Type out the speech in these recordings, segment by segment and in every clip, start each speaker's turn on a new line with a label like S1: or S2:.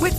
S1: With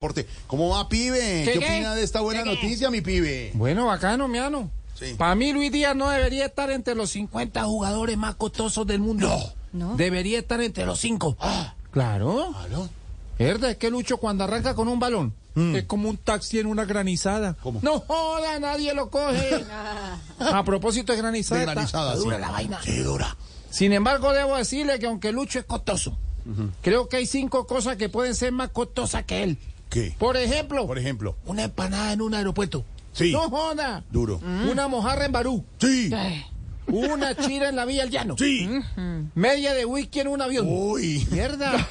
S2: Deporte. ¿Cómo va, pibe? ¿Qué,
S3: ¿Qué, qué?
S2: opina de esta buena
S3: ¿Qué, qué?
S2: noticia, mi pibe?
S3: Bueno, bacano, miano. Para mí, Luis Díaz no debería estar entre los 50 jugadores más costosos del mundo. No. Debería estar entre los 5. Claro.
S2: ¿Aló?
S3: Verdad, es que Lucho cuando arranca con un balón es como un taxi en una granizada.
S2: Mm. ¿Cómo?
S3: No joda, nadie lo coge. A propósito de granizada.
S2: De
S3: está-
S2: granizada,
S3: está
S2: sí.
S3: dura la vaina.
S2: Sí, dura.
S3: Sin embargo, debo decirle que aunque Lucho es costoso, creo que hay cinco cosas que pueden ser más costosas que él.
S2: ¿Qué?
S3: Por ejemplo,
S2: Por ejemplo.
S3: una empanada en un aeropuerto.
S2: Sí.
S3: No Mm. joda.
S2: Duro.
S3: Una mojarra en Barú.
S2: Sí.
S3: Una chira en la Villa al Llano.
S2: Sí. Oh.
S3: Media de whisky en un avión.
S2: Uy.
S3: Mierda.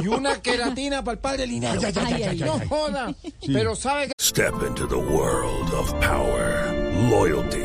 S3: Y una queratina para el padre Linero.
S2: Ya, ya, ya, ya, ya,
S3: No
S2: ya.
S3: joda. Pero sabe que
S4: Step into the world of power, loyalty,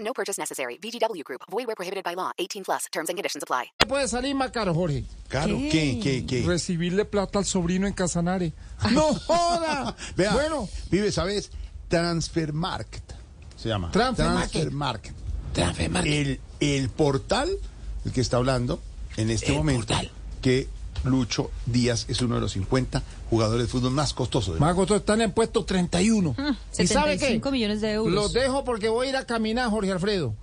S5: No purchase necessary. VGW Group. Void where prohibited by law. 18 plus. Terms and conditions apply.
S3: puede salir más caro, Jorge.
S2: Claro, ¿qué, qué, qué?
S3: Recibirle plata al sobrino en Casanare. No joda.
S2: Ah, Vea,
S3: Bueno,
S2: pibe, ¿sabes? Transfermarkt se llama.
S3: Transfermarkt.
S2: Transfermarkt. El, el portal, el que está hablando en este
S3: El
S2: momento,
S3: portal.
S2: que Lucho Díaz es uno de los 50 jugadores de fútbol más costosos. del
S3: Mago, están en puesto 31.
S6: Hmm,
S3: ¿Y sabe qué?
S6: 75 millones de euros.
S3: Los dejo porque voy a ir a caminar, Jorge Alfredo.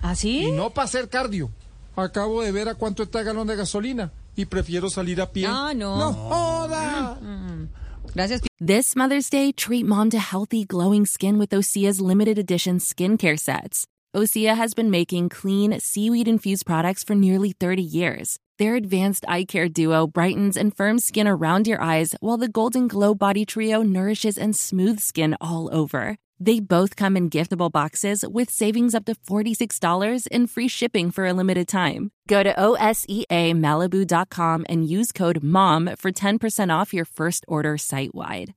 S6: ¿Ah, sí?
S3: Y no para hacer cardio. Acabo de ver a cuánto está el galón de gasolina y prefiero salir a pie.
S6: Ah, no. Hmm.
S3: No joda.
S6: Gracias.
S7: This Mother's Day, treat mom to healthy, glowing skin with Osea's limited edition skincare sets. Osea has been making clean, seaweed infused products for nearly 30 years. Their advanced eye care duo brightens and firms skin around your eyes, while the Golden Glow Body Trio nourishes and smooths skin all over. They both come in giftable boxes with savings up to $46 and free shipping for a limited time. Go to E OSEAMalibu.com and use code MOM for 10% off your first order site wide.